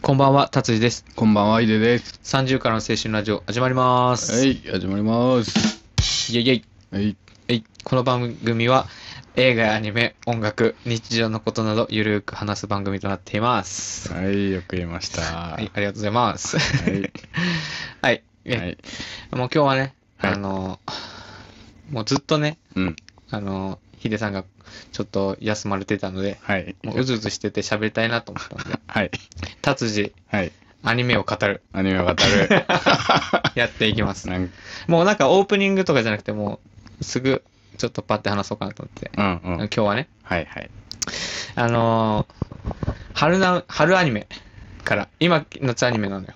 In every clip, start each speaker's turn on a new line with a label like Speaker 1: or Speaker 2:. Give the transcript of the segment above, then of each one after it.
Speaker 1: こんばんは、達治です。
Speaker 2: こんばんは、いでです。
Speaker 1: 30からの青春ラジオ始まります。
Speaker 2: はい、始まります。
Speaker 1: イェイイェイ。
Speaker 2: はい、
Speaker 1: えいこの番組は映画やアニメ、音楽、日常のことなどゆるーく話す番組となっています。
Speaker 2: はい、よく言いました。は
Speaker 1: はい、ありがとうございます。
Speaker 2: い、
Speaker 1: はい。え
Speaker 2: はい、
Speaker 1: もう今日はね、
Speaker 2: はい
Speaker 1: あの、もうずっとね、
Speaker 2: うん、
Speaker 1: あの、ヒデさんがちょっと休まれてたので、
Speaker 2: はい、
Speaker 1: もううずうずしてて喋りたいなと思ったん で、
Speaker 2: はい、
Speaker 1: 達治、
Speaker 2: はい、
Speaker 1: アニメを語る、
Speaker 2: アニメを 語る。
Speaker 1: やっていきます。
Speaker 2: なん
Speaker 1: もうなんかオープニングとかじゃなくて、もうすぐちょっとパッて話そうかなと思って。
Speaker 2: うん、う
Speaker 1: 今
Speaker 2: ん、
Speaker 1: 日はね、
Speaker 2: はい、はい、
Speaker 1: あのー春な、春アニメから、今、夏アニメなのよ。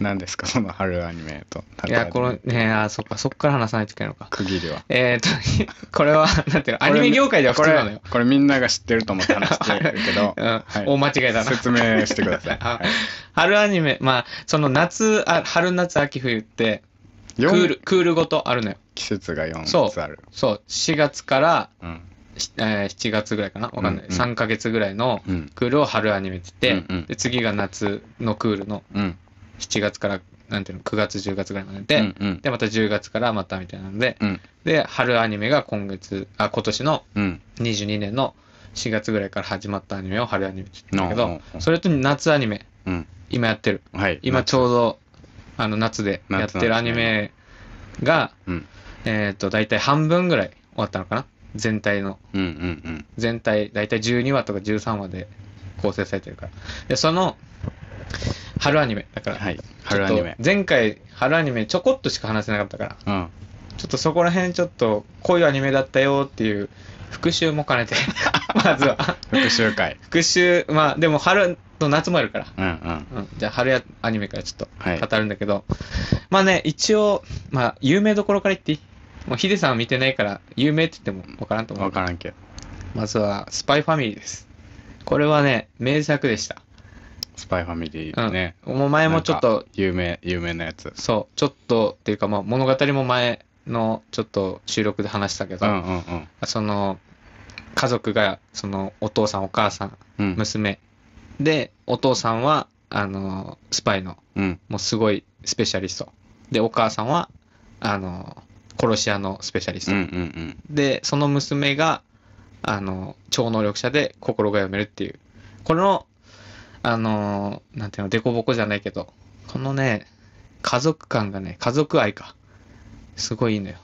Speaker 2: 何ですか、その春アニメと。
Speaker 1: いや、この、ね、あー、そっか、そっから話さないといけないのか。
Speaker 2: 区切りは。
Speaker 1: えー、っと、 これは、なんていうの、アニメ業界では普通なのよ。、
Speaker 2: これ、これみんなが知ってると思って話してるけ ど
Speaker 1: うん
Speaker 2: はい
Speaker 1: 大間違いだな。
Speaker 2: 説明してください。
Speaker 1: あ
Speaker 2: はい
Speaker 1: 春アニメ、まあ、その夏、あ春、夏、秋、冬って、クー
Speaker 2: 四
Speaker 1: ル、クールごとあるのよ。
Speaker 2: 季節が四
Speaker 1: そう
Speaker 2: つある。
Speaker 1: そう、4月から、
Speaker 2: うん、
Speaker 1: しえー7月ぐらいかなわかんない。
Speaker 2: うんうん
Speaker 1: 3ヶ月ぐらいの
Speaker 2: うん、
Speaker 1: クールを春アニメって言って、
Speaker 2: うんうん
Speaker 1: で次が夏のクールの
Speaker 2: うん、
Speaker 1: 7月から、なんていうの、9月、10月ぐらいまで
Speaker 2: う
Speaker 1: で、
Speaker 2: ん、うん、
Speaker 1: で、また10月からまたみたいなので、
Speaker 2: うん、
Speaker 1: で、春アニメが今月、あ、今年の
Speaker 2: うん、
Speaker 1: 22年の4月ぐらいから始まったアニメを春アニメって言ってるんだ
Speaker 2: な
Speaker 1: け
Speaker 2: あ
Speaker 1: ど、それと夏アニメ、
Speaker 2: うん、
Speaker 1: 今やってる。
Speaker 2: はい。
Speaker 1: 今ちょうど、あの、夏でやってるアニメが、
Speaker 2: うん、
Speaker 1: えっと、だいたい半分ぐらい終わったのかな全体の。
Speaker 2: うん、うん、うん。
Speaker 1: 全体、だいたい12話とか13話で構成されてるから。で、その、春アニメ。だから、
Speaker 2: はい。
Speaker 1: ちょ
Speaker 2: 春
Speaker 1: っ
Speaker 2: ア
Speaker 1: と
Speaker 2: ニメ。
Speaker 1: 前回、春アニメちょこっとしか話せなかったから、
Speaker 2: うん。
Speaker 1: ちょっとそこら辺ちょっと、こういうアニメだったよっていう復習も兼ね て、まずは。
Speaker 2: 復習会。
Speaker 1: 復習、まあでも春と夏もあるから。
Speaker 2: うんうん。
Speaker 1: うん、じゃあ春やアニメからちょ
Speaker 2: は
Speaker 1: っ
Speaker 2: い
Speaker 1: と語るんだけど、まあね、一応、まあ有名どころから言っていいもうヒデさんは見てないから、有名って言ってもわからんと思う
Speaker 2: わ。からんけど。
Speaker 1: まずは、スパイファミリーです。これはね、名作でした。
Speaker 2: スパイファミリ
Speaker 1: う
Speaker 2: ー
Speaker 1: ん。
Speaker 2: ね。
Speaker 1: もう前もちょっ
Speaker 2: なん
Speaker 1: と
Speaker 2: か、有名、有名なやつ。
Speaker 1: そう、ちょっとっていうか、まあ、物語も前のちょっと収録で話したけ
Speaker 2: う
Speaker 1: ど、
Speaker 2: んうんうん。
Speaker 1: その、家族が、その、お父さん、お母さん、
Speaker 2: うん。
Speaker 1: 娘。で、お父さんは、あの、スパイの、
Speaker 2: うん。
Speaker 1: もうすごいスペシャリスト。で、お母さんは、あの、殺し屋のスペシャリス
Speaker 2: う
Speaker 1: ト。
Speaker 2: んうん
Speaker 1: で、その娘が、あの、超能力者で心が読めるっていう。この、あの、なんていうの、凸凹じゃないけど、このね、家族感がね、家族愛か。すごいいいのよ。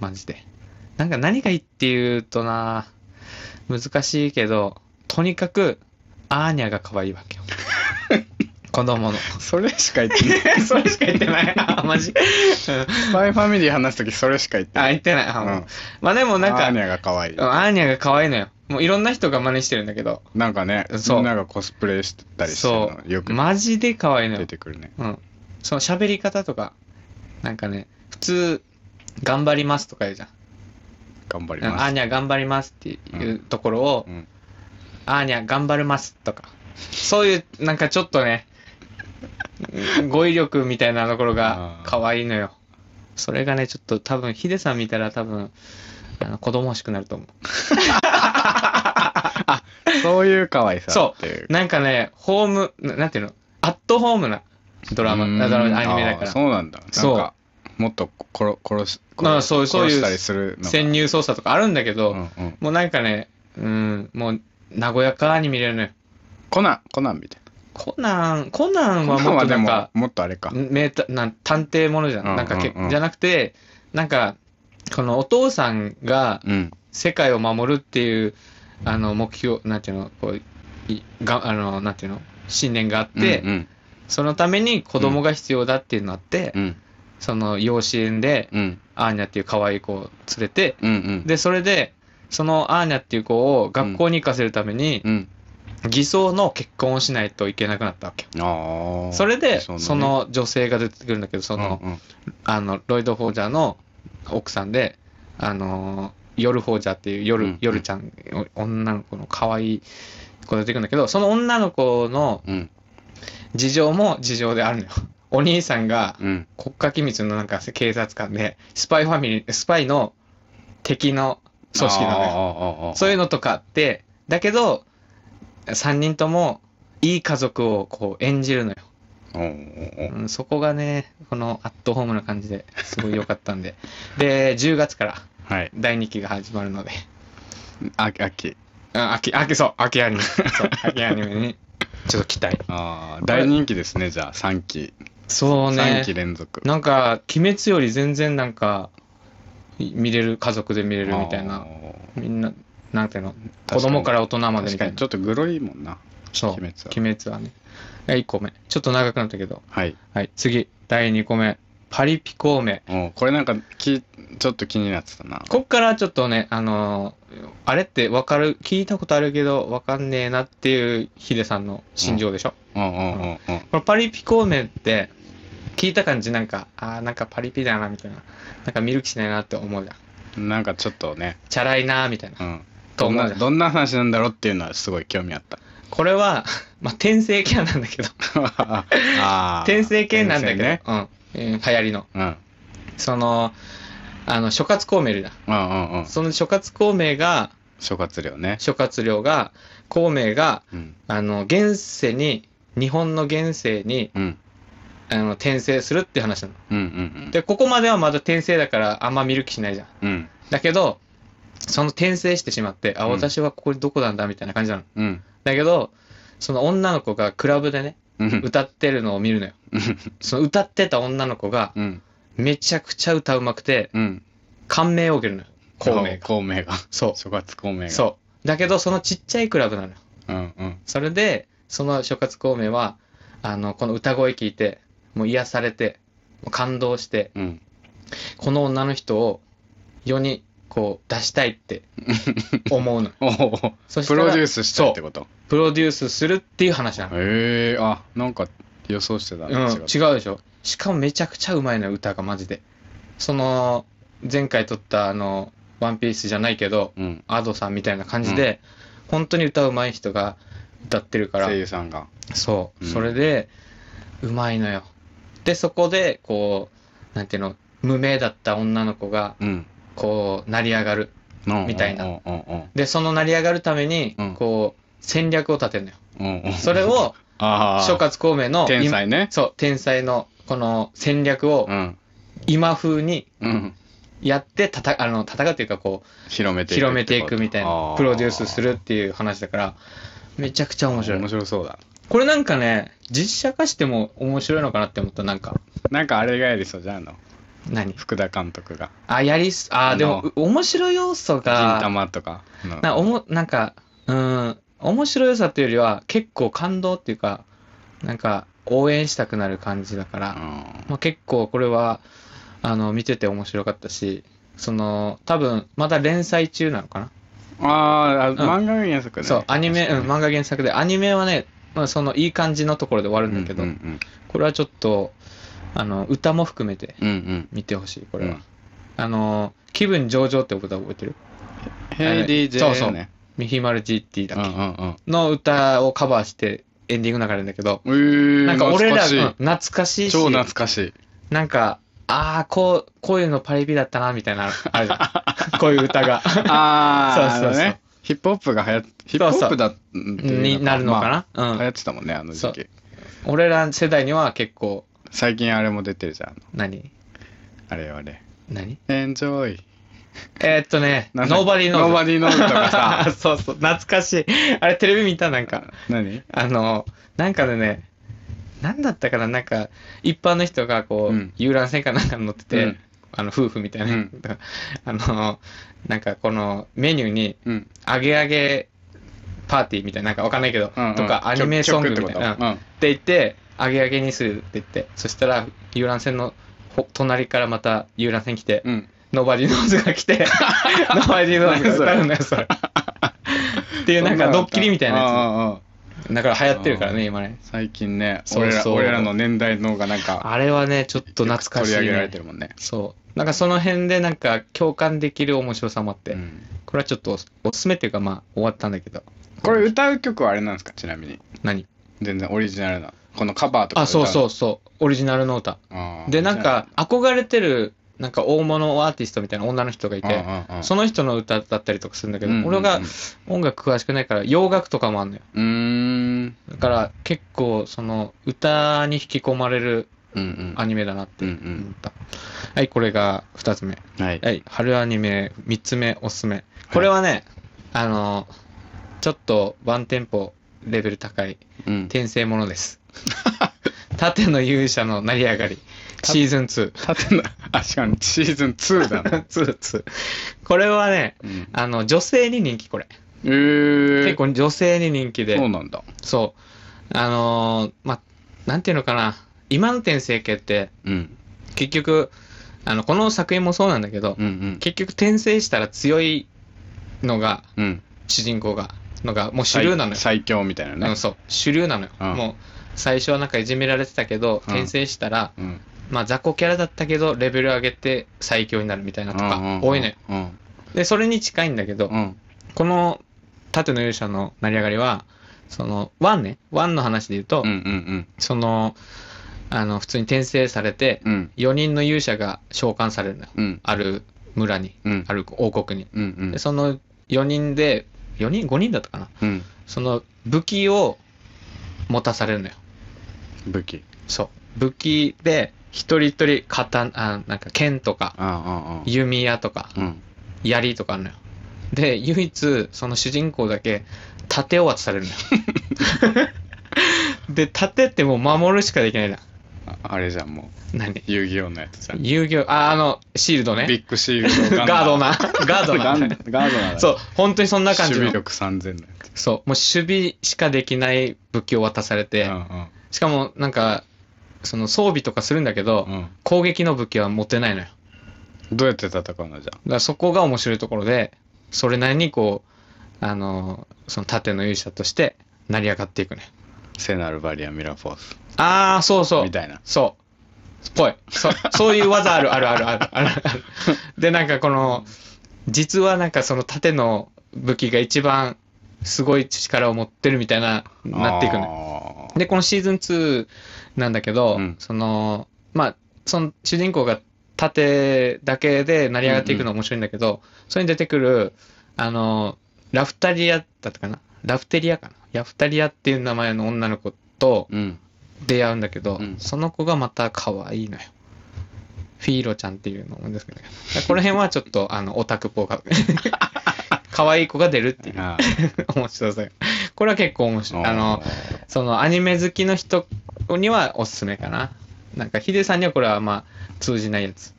Speaker 1: マジで。なんか何がいいっていうとな、難しいけど、とにかく、アーニャが可愛いわ けよ。子供の。
Speaker 2: うん。それしか言ってない。
Speaker 1: それしか言ってない。あ、マジ。うん
Speaker 2: スパイファミリー話すときそれしか言って
Speaker 1: あ、
Speaker 2: ない。
Speaker 1: 言ってない。あ
Speaker 2: う。
Speaker 1: もうんまあでもなん
Speaker 2: ア
Speaker 1: か
Speaker 2: ー、ニャが可愛い
Speaker 1: うん。アーニャが可愛いのよ。もういろんな人が真似してるんだけど。
Speaker 2: なんかね、
Speaker 1: そう
Speaker 2: みんながコスプレしてたりして
Speaker 1: そ
Speaker 2: るのよ
Speaker 1: う。
Speaker 2: く
Speaker 1: マジで可愛いの
Speaker 2: 出
Speaker 1: よ。
Speaker 2: てくるね。
Speaker 1: うん。その喋り方とか、なんかね、普通、頑張りますとか言うじゃん。
Speaker 2: 頑張り
Speaker 1: うんア
Speaker 2: ま
Speaker 1: ー
Speaker 2: す。
Speaker 1: ニャ頑張りますっていううところを、
Speaker 2: うん。
Speaker 1: アーニャ頑張りますとか。そういう、なんかちょっとね、語彙力みたいなところが
Speaker 2: あー
Speaker 1: 可愛いのよ。それがね、ちょっと多分、ヒデさん見たら多分、あの子供欲しくなると思う。
Speaker 2: そういう可愛さ
Speaker 1: そ
Speaker 2: っていう。
Speaker 1: なんかね、ホーム、ななんていうのアットホームなドラマ、
Speaker 2: うん
Speaker 1: あドラマアニメだか
Speaker 2: あー
Speaker 1: ら
Speaker 2: そ。うなんだ。な
Speaker 1: そうん
Speaker 2: か、もっと殺殺し、
Speaker 1: まあそういうそういう
Speaker 2: 殺したりするのが
Speaker 1: 潜入捜査とかあるんだけど、
Speaker 2: うんうん。
Speaker 1: もうなんかね、うん、もう、和やかに見れるのよ。
Speaker 2: コナン、コナンみたい
Speaker 1: コナン、コナン
Speaker 2: な。
Speaker 1: は
Speaker 2: コナン
Speaker 1: もっ
Speaker 2: は
Speaker 1: と
Speaker 2: で
Speaker 1: なん
Speaker 2: も
Speaker 1: か、、
Speaker 2: もっとあれか。
Speaker 1: 名探なん探偵ものじゃん。
Speaker 2: うんうんうん
Speaker 1: なんかけ、じゃなくて、なんか、このお父さんが
Speaker 2: うん。
Speaker 1: 世界を守るっていう、あの、目標、なんていうの、こう、いが、あの、なんていうの、信念があって、
Speaker 2: うん
Speaker 1: そのために子供が必要だっていうのあって、
Speaker 2: うん
Speaker 1: その養子縁で、
Speaker 2: うん
Speaker 1: アーニャっていう可愛い子を連れて、
Speaker 2: うんうん
Speaker 1: で、それで、そのアーニャっていう子を学校に行かせるために、
Speaker 2: うん
Speaker 1: 偽装の結婚をしないといけなくなったわけよ。
Speaker 2: ああ
Speaker 1: それで、その女性が出てくるんだけど、その、あの、ロイド・フォージャーの奥さんで、あのー、ヨル・フォージャーっていう
Speaker 2: うんう
Speaker 1: 夜
Speaker 2: ん、
Speaker 1: ヨルちゃん、お女の子の可愛い子が出てくるんだけど、その女の子の
Speaker 2: うん
Speaker 1: 事情も事情であるのよ。お兄さんが、
Speaker 2: うん
Speaker 1: 国家機密のなんか警察官で、スパイファミリー、スパイの敵の組織なのよ。
Speaker 2: の
Speaker 1: そういう
Speaker 2: の
Speaker 1: のとかあって、だけど、3人とも、いい家族をこう演じるのよ。
Speaker 2: おー
Speaker 1: うん、そこがね、このアットホームな感じですごい良かったん で。で、10月から
Speaker 2: はい。
Speaker 1: 第2期が始まるので、
Speaker 2: あ秋。
Speaker 1: あ秋、秋、そう、秋 アニメ。そう、秋アニメに、ちょっと期待。
Speaker 2: ああ、大人気ですね、じゃあ、3期。
Speaker 1: そう
Speaker 2: 3
Speaker 1: ね
Speaker 2: 期。連続。
Speaker 1: なんか、鬼滅より全然なんか、い見れる、家族で見れるみたい
Speaker 2: あ
Speaker 1: な、
Speaker 2: ー
Speaker 1: みんな、なんていうの、子
Speaker 2: かに
Speaker 1: 供から大人までみた
Speaker 2: 確か
Speaker 1: い
Speaker 2: に、ち
Speaker 1: な。
Speaker 2: ょっとグロいもんな。
Speaker 1: そう、
Speaker 2: 鬼
Speaker 1: 鬼
Speaker 2: 滅は
Speaker 1: 滅はね。1個目。ちょっと長くなったけど。
Speaker 2: はい。
Speaker 1: はい、次、第2個目。パリピ孔明。
Speaker 2: おーこれなんかき、ちょっと気になってたな。
Speaker 1: こっからちょっとね、あのーあれってわかる、聞いたことあるけど、わかんねえなっていうヒデさんの心情でしょ、
Speaker 2: うんうんうんうん。
Speaker 1: このパリピ孔明って、聞いた感じなんか、あーなんかパリピだな、みたいな。なんか見る気しないなって思うじゃん。
Speaker 2: なんかちょっとね、
Speaker 1: チャラいな、みたいな
Speaker 2: う。ん、
Speaker 1: と
Speaker 2: どん
Speaker 1: 思う
Speaker 2: な
Speaker 1: じゃん。
Speaker 2: どんな話なんだろうっていうのはすごい興味 あった。
Speaker 1: これは、まあ、転生系なんだけど。
Speaker 2: あー
Speaker 1: 転生系なんだけど、
Speaker 2: 転
Speaker 1: うん、えー流行りの。
Speaker 2: 生ね
Speaker 1: その、あの、諸葛孔明いるじゃん。
Speaker 2: うんうんうんうん。
Speaker 1: その諸葛孔明が、
Speaker 2: 諸葛亮ね。
Speaker 1: 諸葛亮が、孔明が、
Speaker 2: うん。
Speaker 1: あの、現世に、日本の現世に、
Speaker 2: うん。
Speaker 1: あの、転生するって話なの。
Speaker 2: うんうん
Speaker 1: で、ここまではまだ転生だからあんま見る気しないじゃん。
Speaker 2: うん。うん。
Speaker 1: だけど、その転生してしまって、あ、
Speaker 2: うん
Speaker 1: 私はここどこなんだみたいな感じなの。
Speaker 2: うん。
Speaker 1: だけど、その女の子がクラブでね、
Speaker 2: うん。
Speaker 1: 歌ってるのを見るのよ。その歌ってた女の子が、
Speaker 2: うん。
Speaker 1: めちゃくちゃ歌うまくて、
Speaker 2: うん。
Speaker 1: 感銘を受けるのよ。孔明が。
Speaker 2: 孔明が。
Speaker 1: そ
Speaker 2: 諸葛孔明
Speaker 1: う。
Speaker 2: が。
Speaker 1: そう。だけど、そのちっちゃいクラブなのよ。
Speaker 2: う。うんうん。
Speaker 1: それで、その諸葛孔明は、あの、この歌声聞いて、もう癒されて、もう感動して、
Speaker 2: うん。
Speaker 1: この女の人を世にこう出したい って思うの。
Speaker 2: おお。
Speaker 1: そした
Speaker 2: プ
Speaker 1: ら
Speaker 2: ロデュースしたってこと
Speaker 1: プロデュースするっていう話なの。
Speaker 2: へえー、あ、なんか予想してた
Speaker 1: うん、
Speaker 2: の
Speaker 1: 違
Speaker 2: 違
Speaker 1: う
Speaker 2: う。
Speaker 1: でしょ。しかもめちゃくちゃうまいのよ、歌がマジで。その、前回撮ったあの、ワンピースじゃないけど、
Speaker 2: うん。
Speaker 1: アドさんみたいな感じで、本当に歌うまい人が歌ってるから
Speaker 2: 声、優さんが。
Speaker 1: そう。
Speaker 2: うん
Speaker 1: それで、うまいのよ。で、そこで、こう、なんていうの、無名だった女の子が、
Speaker 2: うん。
Speaker 1: こう、成り上がる。みたいな
Speaker 2: うんうんうん
Speaker 1: で、その成り上がるために
Speaker 2: うん、
Speaker 1: こう、戦略を立てるのよ。
Speaker 2: うんうん。
Speaker 1: それを、
Speaker 2: ああ。
Speaker 1: 諸葛孔明の、
Speaker 2: 天才ね
Speaker 1: 今。そう、天才の、この戦略を
Speaker 2: う、ん。
Speaker 1: 今風に
Speaker 2: うん。
Speaker 1: やって、たた、あの、戦うというか、こう、
Speaker 2: 広めていくってこと
Speaker 1: 広めていくみたいな、プロデュースするっていう話だから、めちゃくちゃ
Speaker 2: あー
Speaker 1: 面白い
Speaker 2: 面。白そうだ
Speaker 1: これなんかね、実写化しても面白いのかなって思った、なんか。
Speaker 2: なんかあれがやりそうじゃんあの
Speaker 1: 何
Speaker 2: 福田監督が
Speaker 1: あ、やりす、あ
Speaker 2: あ
Speaker 1: ー、
Speaker 2: の
Speaker 1: でも、う面白い要素
Speaker 2: 「金
Speaker 1: が、
Speaker 2: 玉」とかの
Speaker 1: な、おも、なんか、うーん、面白い良さっていうよりは、結構感動っていうか、なんか、応援したくなる感じだから、
Speaker 2: うん
Speaker 1: まあ、結構これは、あの、見てて面白かったし、その、多分、まだ連載中なのかな、
Speaker 2: あーあ
Speaker 1: ん
Speaker 2: 漫画が原作ね
Speaker 1: そう、アニメ、うん、漫画原作で、アニメはね、まあ、その、いい感じのところで終わるんだけど、
Speaker 2: うんうん
Speaker 1: これはちょっと、あの、歌も含めて
Speaker 2: うんうん
Speaker 1: 見てほしい、こ
Speaker 2: こ
Speaker 1: れは。あの、気分上々ってことは覚えてる
Speaker 2: ヘイリー・ジ
Speaker 1: そうそ
Speaker 2: ェ
Speaker 1: う
Speaker 2: ね
Speaker 1: ミヒマル GT だ
Speaker 2: う
Speaker 1: っ
Speaker 2: んう
Speaker 1: け、
Speaker 2: んうん
Speaker 1: の歌をカバーしてエンディング流れるんだけど、
Speaker 2: えー
Speaker 1: なんか俺ら、
Speaker 2: 懐かしい
Speaker 1: うん懐かしいし、
Speaker 2: 超懐 かしい
Speaker 1: なんか、ああ、こう、こういうのパリピだったな、みたい な、あるじゃんこういう歌が。
Speaker 2: ああ
Speaker 1: そうそうそう
Speaker 2: あのねヒップホップが流行っヒップホップだっていう
Speaker 1: になるのかな、
Speaker 2: まあ
Speaker 1: う
Speaker 2: 流行
Speaker 1: ん。
Speaker 2: ってたもんねあの時期
Speaker 1: 俺ら世代には結構、
Speaker 2: 最近あれも出てるじゃんあの
Speaker 1: 何
Speaker 2: あれあれ
Speaker 1: 何
Speaker 2: エンジョイ
Speaker 1: えーっとね、
Speaker 2: なんだっけ
Speaker 1: Nobody Knows。
Speaker 2: Nobody Knows と かさ
Speaker 1: そうそう、懐かしい。あれテレビ見たなんか。
Speaker 2: 何
Speaker 1: あの、なんかでね、なんだったかな、なんか、一般の人がこう、
Speaker 2: うん
Speaker 1: 遊覧船かなんかに乗ってて、
Speaker 2: うん
Speaker 1: あの、夫婦みたいな、
Speaker 2: う ん
Speaker 1: あの、なんかこのメニューに、
Speaker 2: うん
Speaker 1: 揚げ揚げパーティーみたいな、なんかわかんないけど、
Speaker 2: うんうん
Speaker 1: とかアニメソングみたい
Speaker 2: 曲曲
Speaker 1: な、う
Speaker 2: って
Speaker 1: んっ
Speaker 2: こと
Speaker 1: て言って、揚げ揚げにするって言って、そしたら遊覧船のほ隣からまた遊覧船来て、
Speaker 2: うんうん
Speaker 1: ノバディノーズが来て、 ノバディノーズが歌うんだよ、それ。っていうなんかドッキリみたいな
Speaker 2: あ
Speaker 1: や
Speaker 2: あああ
Speaker 1: つ。だから流行ってるからね、今ね。
Speaker 2: 最近ね
Speaker 1: そうそう
Speaker 2: 俺ら俺らの年代のがなんか
Speaker 1: あれはね、ちょっと懐かしい、ね。
Speaker 2: 取り上げられてるもんね、
Speaker 1: そう。なんかその辺でなんか共感できる面白さもあって、
Speaker 2: うん
Speaker 1: これはちょっとおすすめっていうかまあ終わったんだけど。
Speaker 2: これ歌う曲はあれなんですかちなみに
Speaker 1: 何
Speaker 2: 全然オリジナルなこのカバーとか
Speaker 1: あ、そうそううそう。オリジナルの歌。で、なんか憧れてるなんか大物アーティストみたいな女の人がいて、
Speaker 2: うんうんうん
Speaker 1: その人の歌だったりとかするんだけど、
Speaker 2: うんうんうん
Speaker 1: 俺が音楽詳しくないから洋楽とかもあんのよ。
Speaker 2: うーん
Speaker 1: だから結構その歌に引き込まれる
Speaker 2: うんうん
Speaker 1: アニメだなって
Speaker 2: うんう
Speaker 1: 思っ
Speaker 2: ん
Speaker 1: た。はい、これが2つ目。
Speaker 2: はい
Speaker 1: はい、春アニメ3つ目おすすめ。これはね、あの、ちょっとワンテンポレベル高い
Speaker 2: うん
Speaker 1: 転生ものです。 盾の勇者の成り上がり、シーズン2。
Speaker 2: 縦のあしかもシーズン2 だな
Speaker 1: ツーツーこれはね、
Speaker 2: うん
Speaker 1: あの、女性に人気、これ。
Speaker 2: えー
Speaker 1: 結構女性に人気で、
Speaker 2: そ
Speaker 1: そうう
Speaker 2: なんだ
Speaker 1: あのーま、なんていうのかな。今の転生系って、
Speaker 2: うん
Speaker 1: 結局、あの、この作品もそうなんだけど、
Speaker 2: うんうん
Speaker 1: 結局転生したら強いのが、
Speaker 2: うん
Speaker 1: 主人公が、のが、もう主流なのよ。
Speaker 2: 最最強みたいな
Speaker 1: う
Speaker 2: ね
Speaker 1: ん、そう、主流なのよ。
Speaker 2: うん
Speaker 1: もう、最初はなんかいじめられてたけど、
Speaker 2: うん
Speaker 1: 転生したら、
Speaker 2: うん
Speaker 1: まあ、雑魚キャラだったけど、レベル上げて最強になるみたいなと
Speaker 2: うんうん
Speaker 1: か
Speaker 2: う、ん
Speaker 1: 多いのよ。
Speaker 2: うん
Speaker 1: で、それに近いんだけど、
Speaker 2: うん
Speaker 1: この、盾の勇者の成り上がりは、その、ワンね、ワンの話で言うと、
Speaker 2: うんうん
Speaker 1: その、あの、普通に転生されて、
Speaker 2: うんうん
Speaker 1: 4人の勇者が召喚されるのよ。
Speaker 2: うん
Speaker 1: ある村に、
Speaker 2: うん
Speaker 1: ある王国に。
Speaker 2: うんうん
Speaker 1: で、その4人で、4人 ?5 人だったかな
Speaker 2: うん
Speaker 1: その武器を持たされるのよ。
Speaker 2: 武器
Speaker 1: そう。武器で、一人一人、刀、あ、なんか剣とか、
Speaker 2: ああ
Speaker 1: 弓矢とか、
Speaker 2: ああうん
Speaker 1: 槍とかあるのよ。で、唯一、その主人公だけ、盾を渡されるのよ。 で、盾ってもう守るしかできないな。
Speaker 2: ああれじゃんも
Speaker 1: 何
Speaker 2: う遊戯王のやつじゃん
Speaker 1: 遊戯王、あ、あの、シールド
Speaker 2: ビ
Speaker 1: ね。
Speaker 2: ッグシールド
Speaker 1: ガード
Speaker 2: な
Speaker 1: な。 ガード
Speaker 2: ガン
Speaker 1: な。
Speaker 2: ガードなの
Speaker 1: そう、本当にそんな感じ
Speaker 2: 守備
Speaker 1: の。
Speaker 2: 力3000のやつ
Speaker 1: そう、もう守備しかできない武器を渡されて、
Speaker 2: う
Speaker 1: しかもなんか、その装備とかするんだけど
Speaker 2: ん、うんうん
Speaker 1: 攻撃の武器は持てないのよ。
Speaker 2: どうやって戦うのじ
Speaker 1: だ
Speaker 2: ゃ
Speaker 1: からそこが面白いところで、それなりにこう、あの、その盾の勇者として成り上がっていくね。
Speaker 2: あ聖なるバリアミラーフォース
Speaker 1: ああ、そうそう
Speaker 2: み。たいな
Speaker 1: そう。ぽい。そ、そういう技ある、ある、ある、ある、ある。ある で、なんかこの、実はなんかその盾の武器が一番すごい力を持ってるみたいな、なっていくね。
Speaker 2: の
Speaker 1: で、このシーズン2なんだけど、
Speaker 2: うん
Speaker 1: その、まあ、その主人公が盾だけで成り上がっていくの面白いんだけど、それに出てくる、あの、ラフタリアだったかなラフテリアかなラフタリアっていう名前の女の子と
Speaker 2: うん
Speaker 1: 出会うんだけど、
Speaker 2: うん
Speaker 1: その子がまた可愛いのよ。フィーロちゃんっていうのもんですけど、ね、だからこの辺はちょっと、あの、オタクっぽが、 可愛い子が出るっていう
Speaker 2: あ
Speaker 1: 面白さが。これは結構面白い。あの、
Speaker 2: ー
Speaker 1: そのアニメ好きの人にはおすすめかな。なんかヒデさんにはこれはまあ通じないやつ。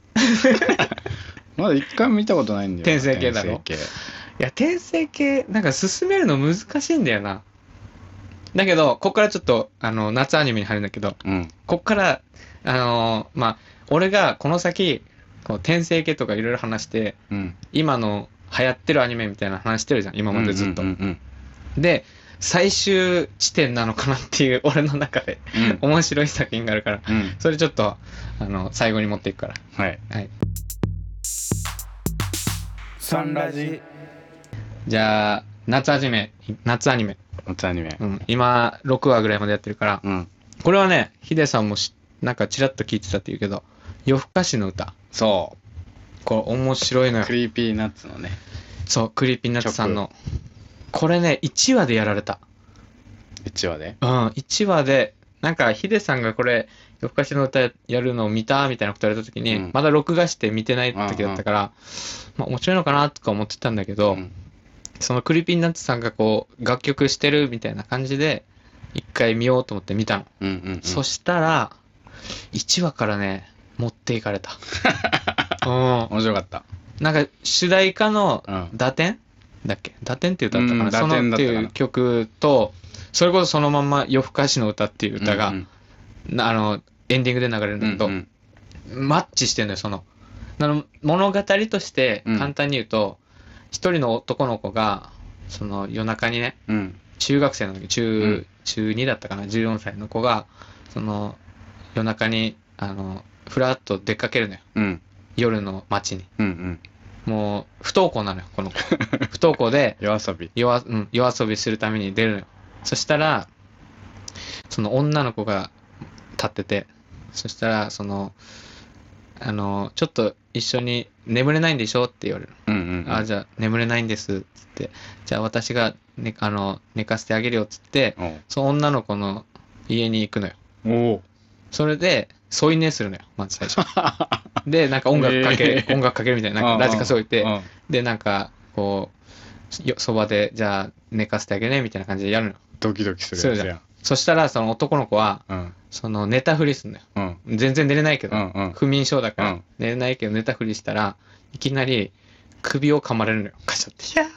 Speaker 2: まだ一回も見たことないんだよな
Speaker 1: 転生系だろ
Speaker 2: 転生
Speaker 1: いや、転生系、なんか進めるの難しいんだよな。だけど、ここからちょっと、あの、夏アニメに入るんだけど、
Speaker 2: 系うん
Speaker 1: ここから、あのまあ、俺がこの先、こう転生系とかいろいろ話して、
Speaker 2: うん
Speaker 1: 今の流行ってるアニメみたいな話してるじゃん、今までずっと。
Speaker 2: うんうん
Speaker 1: で、最終地点なのかなっていう、俺の中で
Speaker 2: うんうん
Speaker 1: 面白い作品があるから、
Speaker 2: うん
Speaker 1: それちょっと、あの、最後に持っていくから。
Speaker 2: はい
Speaker 1: はい。
Speaker 2: サンラジ
Speaker 1: じゃあ、夏アニメ、夏アニメ。
Speaker 2: 夏アニメ
Speaker 1: うん。今、6話ぐらいまでやってるから。
Speaker 2: うん
Speaker 1: これはね、ヒデさんもし、なんかチラッと聞いてたって言うけど、夜更かしの歌。
Speaker 2: そ
Speaker 1: これ面白いの
Speaker 2: う
Speaker 1: よ
Speaker 2: ク。リーピーナッツのね
Speaker 1: そう、クリーピーナッツさんの。これね、1話でやられた。
Speaker 2: 1話で
Speaker 1: うん、1話で、なんかヒデさんがこれ、夜更かしの歌やるのを見たみたいなこと言われた時に、
Speaker 2: うん
Speaker 1: まだ録画して見てない時だったから、まあ面白いのかなとか思ってたんだけど、
Speaker 2: うん
Speaker 1: そのクリーピーナッツさんがこう楽曲してるみたいな感じで一回見ようと思って見たの、
Speaker 2: うんうんうん
Speaker 1: そしたら1話からね持っていか れたう
Speaker 2: 面白かった
Speaker 1: んなんか主題歌の
Speaker 2: うん
Speaker 1: 「打点」だっけ「打点」って歌ったかな、
Speaker 2: うん
Speaker 1: そ
Speaker 2: 打点
Speaker 1: の
Speaker 2: だ
Speaker 1: っ
Speaker 2: ってたかな
Speaker 1: いう曲とそれこそそのまんま「夜更かしの歌」っていう歌が、
Speaker 2: うんうん
Speaker 1: なあのエンディングで流れるんだけど、
Speaker 2: うんうん
Speaker 1: マッチしてんのよそのあの物語として
Speaker 2: うん
Speaker 1: 簡単に言うと一、人の男の子がその夜中にね
Speaker 2: うん
Speaker 1: 中学生の時中、
Speaker 2: うん
Speaker 1: 中2だったかな14歳の子がその夜中にあのふらっと出かけるのよ
Speaker 2: うん
Speaker 1: 夜の街に
Speaker 2: うんうん
Speaker 1: もう不登校なのよこ の子不登校で
Speaker 2: 夜遊び
Speaker 1: 夜,、うん、夜遊びするために出るのよそしたらその女の子が立っててそしたらそのあの、ちょっと一緒に眠れないんでしょって言われる。
Speaker 2: うんうんうん。
Speaker 1: あ、じゃあ眠れないんです。つって。じゃあ私が、ね、あの、寝かせてあげるよ。つって、
Speaker 2: おう
Speaker 1: その女の子の家に行くのよ。
Speaker 2: おう。
Speaker 1: それで、添い寝するのよ。まず最 初。で、なんか音楽かけ、
Speaker 2: えー
Speaker 1: 音楽かけるみ たいな。なんかラジカセ置いて
Speaker 2: う、ん
Speaker 1: で、なんか、こう、よそばで、じゃあ寝かせてあげね。みたいな感じでやるのよ。
Speaker 2: ドキドキするやつや
Speaker 1: そしたら、その男の子は、
Speaker 2: うん。
Speaker 1: その寝たふりするのよ。
Speaker 2: うん。
Speaker 1: 全然寝れないけど
Speaker 2: う。ん。うん。
Speaker 1: 不眠症だから、
Speaker 2: うん
Speaker 1: 寝れないけど寝たふりしたらいきなり首を噛まれるのよカシャって「いや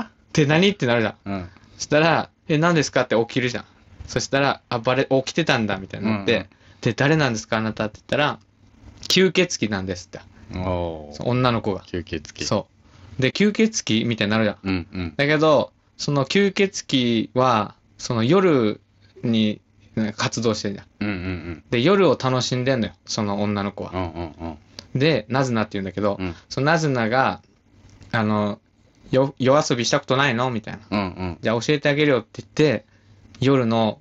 Speaker 1: ー」って何ってなるじゃん
Speaker 2: うん。
Speaker 1: そしたら「え何ですか?」って起きるじゃんそしたら「あバレ起きてたんだ」みたいになって「
Speaker 2: うんうん
Speaker 1: で誰なんですかあなた」って言ったら「吸血鬼なんです」って
Speaker 2: お
Speaker 1: そう
Speaker 2: う。
Speaker 1: 女の子が
Speaker 2: 吸血鬼。
Speaker 1: そうで吸血鬼みたいになるじゃん
Speaker 2: う。うんうん。
Speaker 1: だけどその吸血鬼はその夜になんか活動してるじゃん
Speaker 2: うんうん
Speaker 1: で夜を楽しんでんのよその女の子は
Speaker 2: うん。うんうんうん。
Speaker 1: で、ナズナって言うんだけど、
Speaker 2: うん
Speaker 1: そのナズナが、あの、よ、夜遊びしたことないのみたいな。
Speaker 2: うんうん。
Speaker 1: じゃあ教えてあげるよって言って、夜の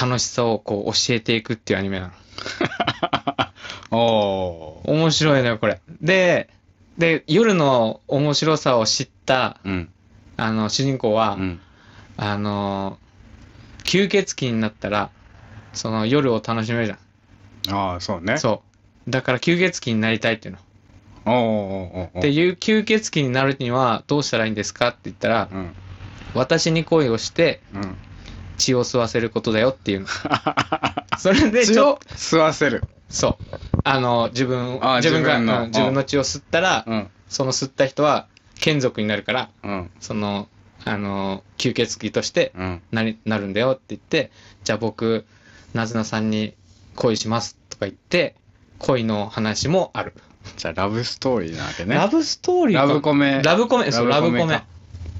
Speaker 1: 楽しさをこう教えていくっていうアニメなの。
Speaker 2: おう。
Speaker 1: 面白いのよ、これ。で、で、夜の面白さを知った、
Speaker 2: うん。
Speaker 1: あの、主人公は、
Speaker 2: うん。
Speaker 1: あの、吸血鬼になったら、その夜を楽しめるじゃ
Speaker 2: ああ、そうね。
Speaker 1: ん。そう。だから吸血鬼になりたいっていうの。
Speaker 2: おうおうおうおう。
Speaker 1: で、いう吸血鬼になるにはどうしたらいいんですかって言ったら、
Speaker 2: うん。
Speaker 1: 私に恋をして
Speaker 2: うん。
Speaker 1: 血を吸わせることだよっていう の。それでち
Speaker 2: 血
Speaker 1: ょ
Speaker 2: を吸わせる。
Speaker 1: そう。あの、自分、
Speaker 2: あ
Speaker 1: 自分が
Speaker 2: 自分の
Speaker 1: うん自分の血を吸ったら、
Speaker 2: うん。
Speaker 1: その吸った人は眷属になるから、
Speaker 2: うん。
Speaker 1: その、あの、吸血鬼として
Speaker 2: うん。
Speaker 1: なりなるんだよって言って、じゃあ僕、なずなさんに恋しますとか言って、恋の話もある。
Speaker 2: じゃあ、ラブストーリーなわけね。
Speaker 1: ラブストーリーか
Speaker 2: ラブコメ
Speaker 1: ラブコメ、そう、ラ
Speaker 2: ラ
Speaker 1: ブ
Speaker 2: ブ
Speaker 1: コ
Speaker 2: コメ
Speaker 1: メ。
Speaker 2: か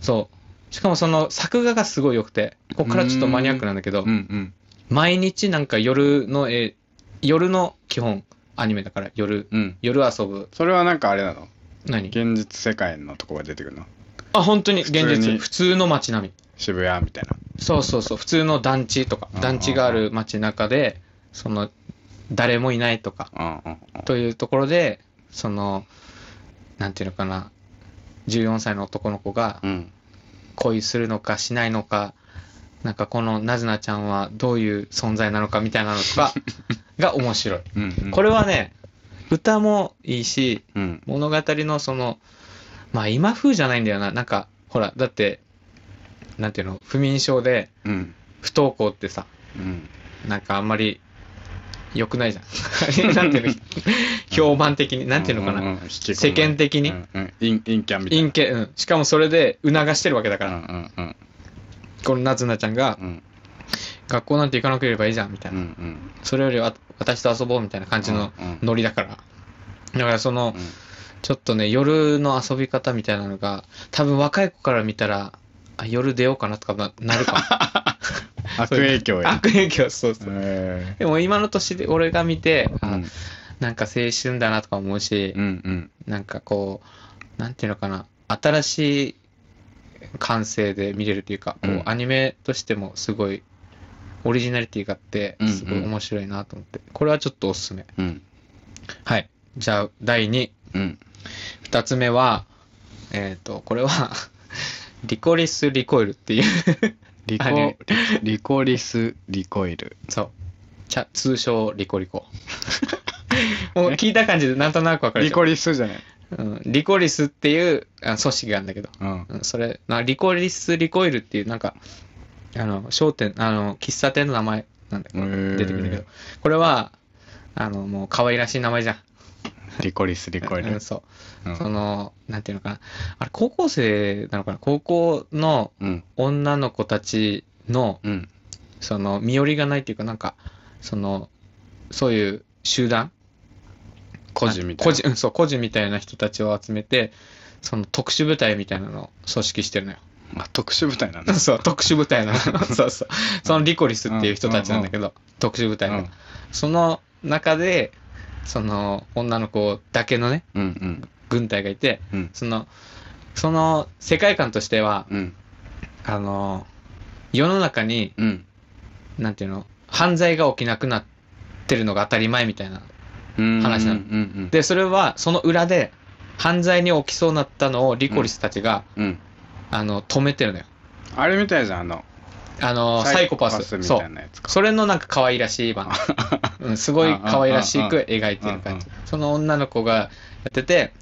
Speaker 1: そう。しかもその作画がすごい良くて、ここからちょっとマニアックなんだけど
Speaker 2: う、んうん。
Speaker 1: 毎日なんか夜の絵、夜の基本アニメだから夜、
Speaker 2: うん。
Speaker 1: 夜遊ぶ。
Speaker 2: それはなんかあれなの
Speaker 1: 何
Speaker 2: 現実世界のとこが出てくるの
Speaker 1: あ、本当に現
Speaker 2: 普通
Speaker 1: 実。
Speaker 2: に
Speaker 1: 普通の街並
Speaker 2: 渋谷みたいな。
Speaker 1: み。そうそうそう。普通の団地とか
Speaker 2: う、ん
Speaker 1: 団地がある街中で、その、誰もいないとか、
Speaker 2: うんうんうん。
Speaker 1: というところで、その、なんていうのかな、14歳の男の子が
Speaker 2: うん。
Speaker 1: 恋するのかしないのか、なんかこのなずなちゃんはどういう存在なのかみたいなのと かが面白い。
Speaker 2: うんうん。
Speaker 1: こ
Speaker 2: れ。
Speaker 1: れはね、歌もいいし、
Speaker 2: うん。
Speaker 1: 物語のその、まあ今風じゃないんだよな。なんか、ほら、だって、なんていうの、不眠症で
Speaker 2: うん。
Speaker 1: 不登校ってさ、
Speaker 2: うん。
Speaker 1: なんかあんまり良くないじゃ ん。なんていうの、評判的に、なんていうのか
Speaker 2: ん
Speaker 1: な。
Speaker 2: んうん引
Speaker 1: 世
Speaker 2: き込まれ
Speaker 1: 間的に
Speaker 2: うんうん陰陰キャンみたいな
Speaker 1: 陰形、うん。しかもそれで促してるわけだから、
Speaker 2: うんうん
Speaker 1: このなずなちゃんが
Speaker 2: う、ん
Speaker 1: 学校なんて行かなければいいじゃん、みたい
Speaker 2: うんう
Speaker 1: な。
Speaker 2: ん
Speaker 1: それよりわ私と遊ぼうみたいな感じの
Speaker 2: うんうん
Speaker 1: ノリだから。だからその
Speaker 2: う、ん
Speaker 1: ちょっとね、夜の遊び方みたいなのが、多分若い子から見たら、あ夜出ようかなとかななるか
Speaker 2: 悪影響
Speaker 1: も。
Speaker 2: や
Speaker 1: 悪影響、そうそう。
Speaker 2: え
Speaker 1: でも今の年で俺が見て、
Speaker 2: ー
Speaker 1: あなんか青春だなとか思うし
Speaker 2: う、んうん
Speaker 1: なんかこう、なんていうのかな、新しい感性で見れるというか、こ
Speaker 2: う
Speaker 1: うんアニメとしてもすごい、オリジナリティがあって
Speaker 2: うんう、ん
Speaker 1: すごい面白いなと思って、これはちょっとおすすめ。
Speaker 2: うん
Speaker 1: はい。じゃあ、第2。
Speaker 2: うん
Speaker 1: 二つ目は、えっ、と、これは、リコリス・リコイルっていう、
Speaker 2: リコ
Speaker 1: アニメ
Speaker 2: リコリスリコイル
Speaker 1: そう、ちゃ通称リコリコ。もう聞いた感じでなんとなくわかるで
Speaker 2: リ
Speaker 1: しょ
Speaker 2: コリスじゃない
Speaker 1: うんリコリスっていうあ組織があるんだけど、
Speaker 2: うん
Speaker 1: うんそれ、なリコリス・リコイルっていう、なんか、あの、商店、あの、喫茶店の名前なんだけど、
Speaker 2: へー
Speaker 1: 出てくるんだけど、これは、あの、もう可愛らしい名前じゃん。
Speaker 2: リコリスリコイ
Speaker 1: う
Speaker 2: ル
Speaker 1: ん、そう。
Speaker 2: うん
Speaker 1: その、なんていうのかな。あれ、高校生なのかな高校の
Speaker 2: うん
Speaker 1: 女の子たちの、
Speaker 2: うん
Speaker 1: その、身寄りがないっていうか、なんか、その、そういう集団
Speaker 2: 個人みたいな
Speaker 1: 個人、うん、そう、個人みたいな人たちを集めて、その特殊部隊みたいなのを組織してるのよ。
Speaker 2: あ特殊部隊なんだ
Speaker 1: そう、特殊部隊なの。 そうそう。そのリコリスっていう人たちなんだけど、特殊部隊の。
Speaker 2: うん
Speaker 1: その中で、その女の子だけのね、
Speaker 2: うん
Speaker 1: 軍隊がいて、
Speaker 2: うんうん
Speaker 1: その、その世界観としては、
Speaker 2: うん
Speaker 1: あの、世の中に
Speaker 2: うん
Speaker 1: なんていうの犯罪が起きなくなってるのが当たり前みたいな話なの
Speaker 2: うんうん
Speaker 1: で、それは、その裏で、犯罪に起きそうなったのをリコリスたちが、
Speaker 2: うんうん
Speaker 1: あの、止めてるのよ。
Speaker 2: あれみたいじゃんあの
Speaker 1: あの、サイコパス。
Speaker 2: み
Speaker 1: そ
Speaker 2: た
Speaker 1: う
Speaker 2: い。なやつか
Speaker 1: それのなんか可愛らし い版。うん、すごい可愛らしく描いてる
Speaker 2: うんうんう
Speaker 1: 感
Speaker 2: ん
Speaker 1: じ。その女の子がやってて、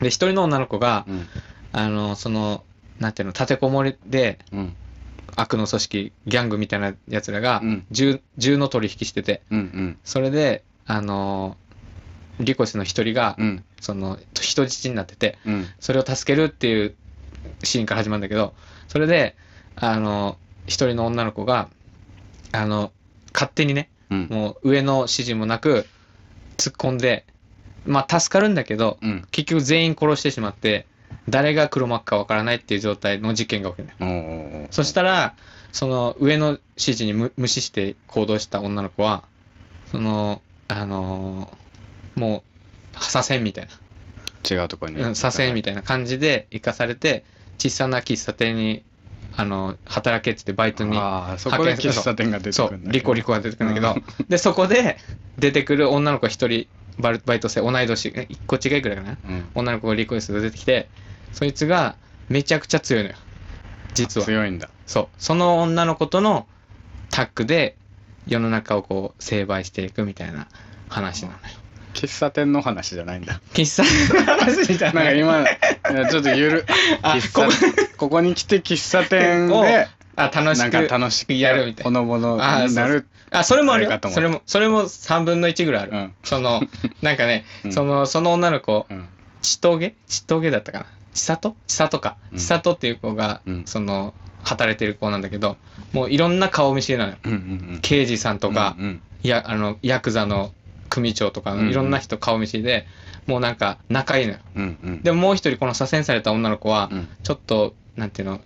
Speaker 1: で、一人の女の子が、
Speaker 2: うん
Speaker 1: あの、その、なんていうの、立てこもりで、
Speaker 2: うん
Speaker 1: 悪の組織、ギャングみたいなやつらが
Speaker 2: うん、
Speaker 1: 銃、銃の取引してて、
Speaker 2: うんうん
Speaker 1: それで、あの、リコシの一人が、
Speaker 2: うん
Speaker 1: その、人質になってて、
Speaker 2: うん
Speaker 1: それを助けるっていうシーンから始まるんだけど、それで、あの、一人の女の子が、あの、勝手にね、
Speaker 2: うん
Speaker 1: もう上の指示もなく突っ込んで、まあ助かるんだけど、
Speaker 2: うん
Speaker 1: 結局全員殺してしまって、誰が黒幕かわからないっていう状態の事件が起きるんだよ。
Speaker 2: おー
Speaker 1: そしたら、その上の指示に無無視して行動した女の子は、その、あのーもう、左遷みたいな。
Speaker 2: 違うところに
Speaker 1: うん左遷みたいな感じで生かされて小さな喫茶店にあの働けって言ってバイトに
Speaker 2: ああそこで喫茶店が出て
Speaker 1: そ
Speaker 2: くる
Speaker 1: うん
Speaker 2: だ
Speaker 1: リコリコが出てくるんだけど でそこで出てくる女の子が一人バルバイト生同い年え一個違いぐらいかな
Speaker 2: うん
Speaker 1: 女の子がリコリスで出てきてそいつがめちゃくちゃ強いのよ実は
Speaker 2: 強いんだ
Speaker 1: そうその女の子とのタッグで世の中をこう成敗していくみたいな話なのよ
Speaker 2: 喫茶店の話じゃないんだ
Speaker 1: 喫茶店の話みた
Speaker 2: ないんか
Speaker 1: な
Speaker 2: 今いやちょっとゆ る
Speaker 1: あ
Speaker 2: 喫茶
Speaker 1: こ
Speaker 2: ここに来て喫茶店で
Speaker 1: あ楽し
Speaker 2: なんか
Speaker 1: く
Speaker 2: 楽しく
Speaker 1: やるみたいな
Speaker 2: ほのぼの
Speaker 1: あー
Speaker 2: になる
Speaker 1: あ、それもある
Speaker 2: あれ
Speaker 1: よ
Speaker 2: かと。思っ
Speaker 1: そ
Speaker 2: た
Speaker 1: れも、それも3分の1ぐらいある。
Speaker 2: うん
Speaker 1: そ の、なんかね、
Speaker 2: うん
Speaker 1: その、その女の子、
Speaker 2: うん
Speaker 1: ちとげちとげだったかな。ちさとちさとか。
Speaker 2: うん
Speaker 1: ちさとっていう子が、
Speaker 2: うん
Speaker 1: その、働いてる子なんだけど、もういろんな顔見知りなのよ。
Speaker 2: うんうん
Speaker 1: 刑事さんとか、
Speaker 2: うんうん
Speaker 1: いや、あの、ヤクザの組長とか、
Speaker 2: うんうん
Speaker 1: いろんな人顔見知りで、もうなんか、仲いいのよ。
Speaker 2: うんうん
Speaker 1: でももう一人、この左遷された女の子は、
Speaker 2: うん
Speaker 1: ちょっと、なんていうの、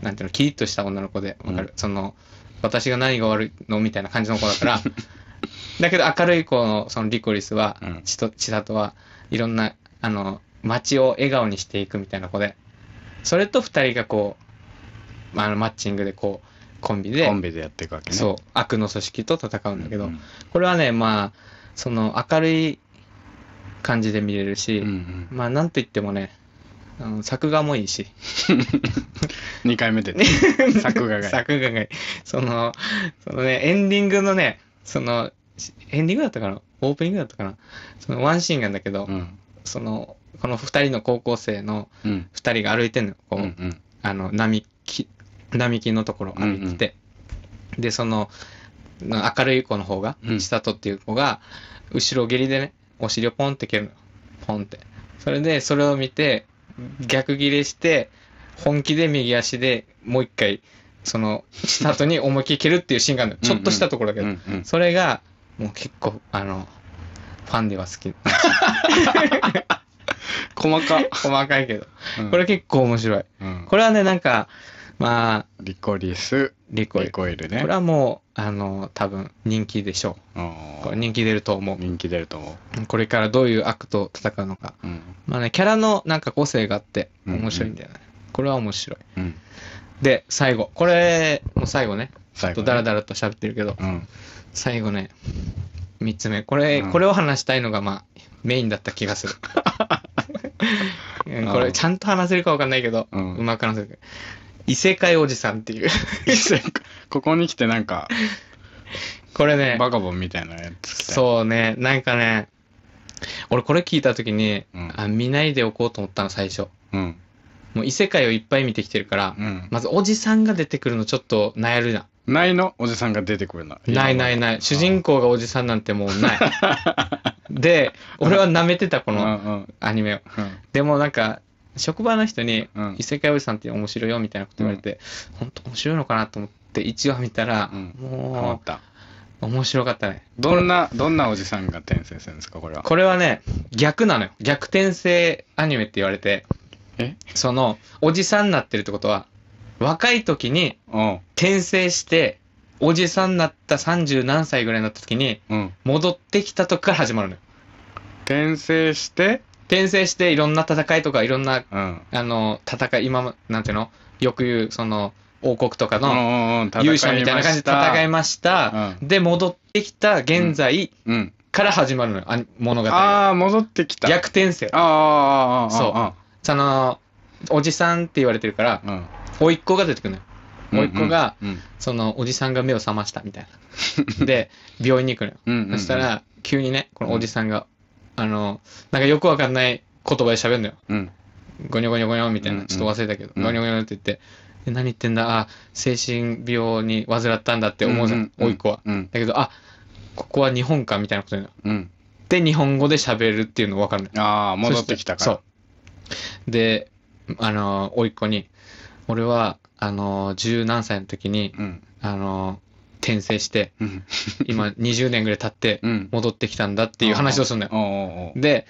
Speaker 1: なんていうの、キリッとした女の子で、わかる、
Speaker 2: う
Speaker 1: その、私が何が悪いのみたいな感じの子だ から、だけど明るい子の、そのリコリスは、
Speaker 2: うん
Speaker 1: ちと、ちさとは、いろんな、あの、街を笑顔にしていくみたいな子で、それと二人がこう、まああの、マッチングでこう、コンビで、
Speaker 2: コンビでやっていくわけね
Speaker 1: そう、悪の組織と戦うんだけど、
Speaker 2: うん
Speaker 1: これはね、まあ、その、明るい感じで見れるし、
Speaker 2: うんうん
Speaker 1: まあ、なんと言ってもね、あの作画もいいし、
Speaker 2: 2回目で 作画が
Speaker 1: 作画がいい。その、そのね、エンディングのね、その、しエンディングだったかなオープニングだったかなそのワンシーンがあるんだけど、
Speaker 2: うん
Speaker 1: その、この二人の高校生の
Speaker 2: うん
Speaker 1: 二人が歩いてんの、こ
Speaker 2: う
Speaker 1: う、
Speaker 2: んうん
Speaker 1: あの、並木、並木のところ歩いてて、で、その、な明るい子の方が、
Speaker 2: うん
Speaker 1: 千里っていう子が、後ろ蹴りでね、お尻をポンって蹴るの。ポンって。それで、それを見て、逆ギレして、本気で右足でもう一回、その、千里に思いっきり蹴るっていうシーンがあるの。ちょっとしたところだけ
Speaker 2: う
Speaker 1: ど、
Speaker 2: んうん
Speaker 1: それが、もう結構、あの、ファンでは好き。
Speaker 2: 細か
Speaker 1: 細かいけど。
Speaker 2: うん
Speaker 1: これ結構面白い。
Speaker 2: うん
Speaker 1: これはね、なんか、まあ、
Speaker 2: リコリス
Speaker 1: リコイ
Speaker 2: リコイルね
Speaker 1: これはもう、あの、多分人気でしょ
Speaker 2: うん
Speaker 1: う。これ人気出ると思
Speaker 2: 人気出ると思
Speaker 1: う。これからどういう悪と戦うのか。
Speaker 2: ううん
Speaker 1: まあね、キャラのなんか個性があって
Speaker 2: うんうん
Speaker 1: 面白いんだよね。これは面白い。
Speaker 2: うん
Speaker 1: で、最後。これ、もう最後ね。ちょ
Speaker 2: 最
Speaker 1: っ
Speaker 2: 後
Speaker 1: と
Speaker 2: ね
Speaker 1: ダラダラと喋ってるけど、
Speaker 2: うん
Speaker 1: 最後ね、三つ目。これ、
Speaker 2: うん
Speaker 1: これを話したいのが、まあ、メインだった気が する。うんこ
Speaker 2: う
Speaker 1: れ、
Speaker 2: ん
Speaker 1: ちゃんと話せるかわかんないけど、
Speaker 2: う
Speaker 1: うん まく話せる。異世界おじさんっていう。
Speaker 2: ここに来てなんか
Speaker 1: これね、
Speaker 2: バカボンみたいなやつ来たう
Speaker 1: そうね、なんかね、俺これ聞いたときに、
Speaker 2: うん
Speaker 1: あ、見ないでおこうと思ったの、最初。
Speaker 2: うん
Speaker 1: もう異世界をいっぱい見てきてるから、
Speaker 2: うん
Speaker 1: まずおじさんが出てくるのちょっと悩るな。
Speaker 2: ないのおじさんが出てくるの
Speaker 1: ないないない。主人公がおじさんなんてもう ない。で、俺は舐めてた、こ
Speaker 2: 公
Speaker 1: の
Speaker 2: の
Speaker 1: アニメを。でもなんか、職場の人に
Speaker 2: うん、
Speaker 1: 異世界おじさんって面白いよみたいなこと言われて、本当面白いのかなと思って、一話見たら、
Speaker 2: うん思
Speaker 1: も
Speaker 2: った
Speaker 1: う、面白かったね。
Speaker 2: どんなどんなおじさんが転生するんですかこれは
Speaker 1: これはね、逆なのよ。逆転性アニメって言われて、
Speaker 2: え
Speaker 1: その、おじさんになってるってことは、若い時に
Speaker 2: うん
Speaker 1: 転生して、おじさんになった30何歳ぐらいになった時に、
Speaker 2: うん
Speaker 1: 戻ってきた時から始まるのよ。
Speaker 2: 転生して
Speaker 1: 転生していろんな戦いとか、いろんな、
Speaker 2: うん
Speaker 1: あの、戦い、今も、なんていうのよく言う、その、王国とか
Speaker 2: うん
Speaker 1: の
Speaker 2: うんうん
Speaker 1: 勇者みたいな感じで戦い
Speaker 2: まし
Speaker 1: ました。
Speaker 2: う
Speaker 1: で、戻ってきた現在、
Speaker 2: うん
Speaker 1: から始まるのよ、あ物語が。
Speaker 2: ああ、戻ってきた。
Speaker 1: 逆転生。
Speaker 2: ああ、ああ、ああ、
Speaker 1: その、おじさんって言われてるから、
Speaker 2: うん。
Speaker 1: 甥いっ子が出てくるのよ。
Speaker 2: うん。
Speaker 1: 甥いっ子が、
Speaker 2: うん、
Speaker 1: その、おじさんが目を覚ましたみたい な。で、病院に行くのよ。
Speaker 2: うん、うん。
Speaker 1: そした、ら、急にね、このおじさんが、あの、なんかよくわかんない言葉で喋るのよ。
Speaker 2: うん。
Speaker 1: ゴニョゴニョゴニョみたい
Speaker 2: うんう
Speaker 1: な、
Speaker 2: ん
Speaker 1: ちょっと忘れたけど、
Speaker 2: うん
Speaker 1: ゴニョゴニョって言って、え何言ってんだ、あ、精神病に患ったんだって思うじゃん、甥いっ子は。
Speaker 2: うん、
Speaker 1: だけど、あ、ここは日本かみたいなことになる。
Speaker 2: うん。
Speaker 1: で、日本語で喋るっていうの分かるのよ。
Speaker 2: ああ、戻ってきたから。
Speaker 1: そう。で、あの、甥いっ子に、俺は、あの、十何歳の時に、
Speaker 2: うん。
Speaker 1: あの、転生して、
Speaker 2: うん。
Speaker 1: 今20年ぐらい経って
Speaker 2: うん。
Speaker 1: 戻ってきたんだっていう話をするのよ。
Speaker 2: おおお
Speaker 1: で、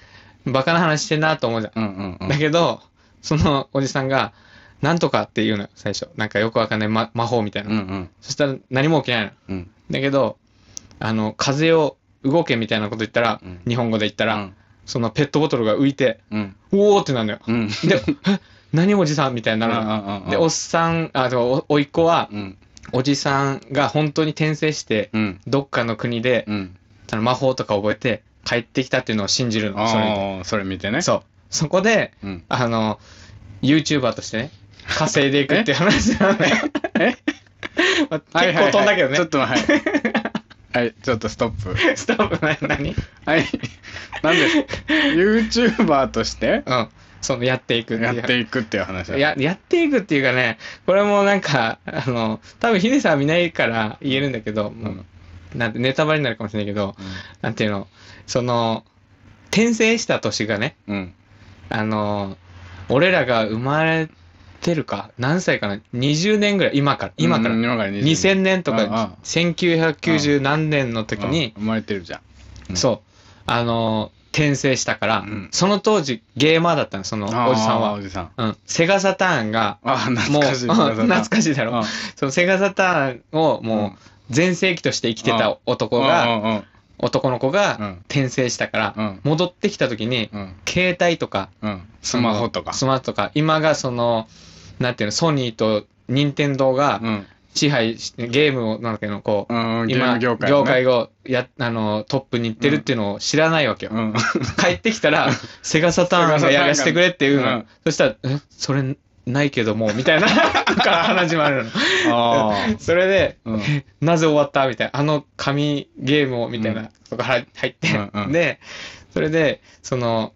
Speaker 1: バカな話してんなと思うじゃん。
Speaker 2: うんうんうん。
Speaker 1: だけど、そのおじさんが、なんとかって言うのよ、最初。なんかよくわかんない、ま、魔法みたいな。
Speaker 2: うんうん
Speaker 1: そしたら何も起きないの。
Speaker 2: うん。
Speaker 1: だけど、あの、風を動けみたいなこと言ったら、
Speaker 2: うん
Speaker 1: 日本語で言った
Speaker 2: う
Speaker 1: ら、
Speaker 2: ん
Speaker 1: そのペットボトルが浮いて、
Speaker 2: うん。
Speaker 1: おーってなるのよ。
Speaker 2: うん。
Speaker 1: で、 え何おじさんみたいになるのよ。
Speaker 2: うん
Speaker 1: で、おっさん、あ、でもお、おいっ子は、
Speaker 2: うん
Speaker 1: おじさんが本当に転生して、
Speaker 2: うん
Speaker 1: どっかの国で、
Speaker 2: うん。
Speaker 1: その魔法とか覚えて、帰ってきたっていうのを信じるの。それ
Speaker 2: ああ、それ見てね。
Speaker 1: でそう。そこで、
Speaker 2: う。ん。
Speaker 1: あの、YouTuber としてね、稼いでいくっていう話な のよ。
Speaker 2: え
Speaker 1: まあ結構飛んだけどね。
Speaker 2: ちょっとはい。はい、ちょっとストップ。
Speaker 1: ストップな、何
Speaker 2: はい。なんで YouTuber として
Speaker 1: うん。その、やっていくっていう。
Speaker 2: やっていくっていう話だ。
Speaker 1: ややっていくっていうかね、これもなんか、あの、多分ヒデさんは見ないから言えるんだけど、
Speaker 2: うん。うん
Speaker 1: なんてネタバレになるかもしれないけど、なんていうの、その、転生した年がね、
Speaker 2: うん。
Speaker 1: あの、俺らが生まれてるか、何歳かな ?20 年ぐらい、今から、今から。
Speaker 2: うん今から20
Speaker 1: 2000年と
Speaker 2: あ
Speaker 1: か
Speaker 2: あ
Speaker 1: 1990何年の時に
Speaker 2: うん、生まれてるじゃん。うん
Speaker 1: そうあの転生したから、
Speaker 2: うん
Speaker 1: その当時ゲーマーだったのその
Speaker 2: あー
Speaker 1: おじさん
Speaker 2: お
Speaker 1: は、
Speaker 2: じさん。
Speaker 1: うん、セガサターンが
Speaker 2: ああ、
Speaker 1: も
Speaker 2: 懐
Speaker 1: う
Speaker 2: かしい。
Speaker 1: うん懐か
Speaker 2: しい
Speaker 1: しいだ
Speaker 2: だ
Speaker 1: ろ、そのセガサターンを
Speaker 2: う
Speaker 1: も
Speaker 2: ん
Speaker 1: う全盛期として生きてた男が、
Speaker 2: うんうん
Speaker 1: 男の子
Speaker 2: うん
Speaker 1: が転生したから、
Speaker 2: うん
Speaker 1: 戻ってきた時に、
Speaker 2: うん
Speaker 1: 携帯とか
Speaker 2: うんうん。スマホとか。
Speaker 1: スマホとか今がそのなんていうのソニーと任天堂が
Speaker 2: うん。
Speaker 1: 支配してゲームをなんだっけどこう、
Speaker 2: うん、ゲー
Speaker 1: 今
Speaker 2: ム業界、ね。
Speaker 1: をやあのトップに行ってるっていうのを知らないわけよ、
Speaker 2: うん。
Speaker 1: 帰ってきたらセガサターンがやらせてくれっていうの、
Speaker 2: うん
Speaker 1: そしたら「えそれないけども」み たいな から話もあるの
Speaker 2: あ
Speaker 1: それで
Speaker 2: あ。うん。
Speaker 1: 「なぜ終わった?」みたいな「あの紙ゲームを」みたい
Speaker 2: うん
Speaker 1: なとか入入って、
Speaker 2: うんうん
Speaker 1: でそれでその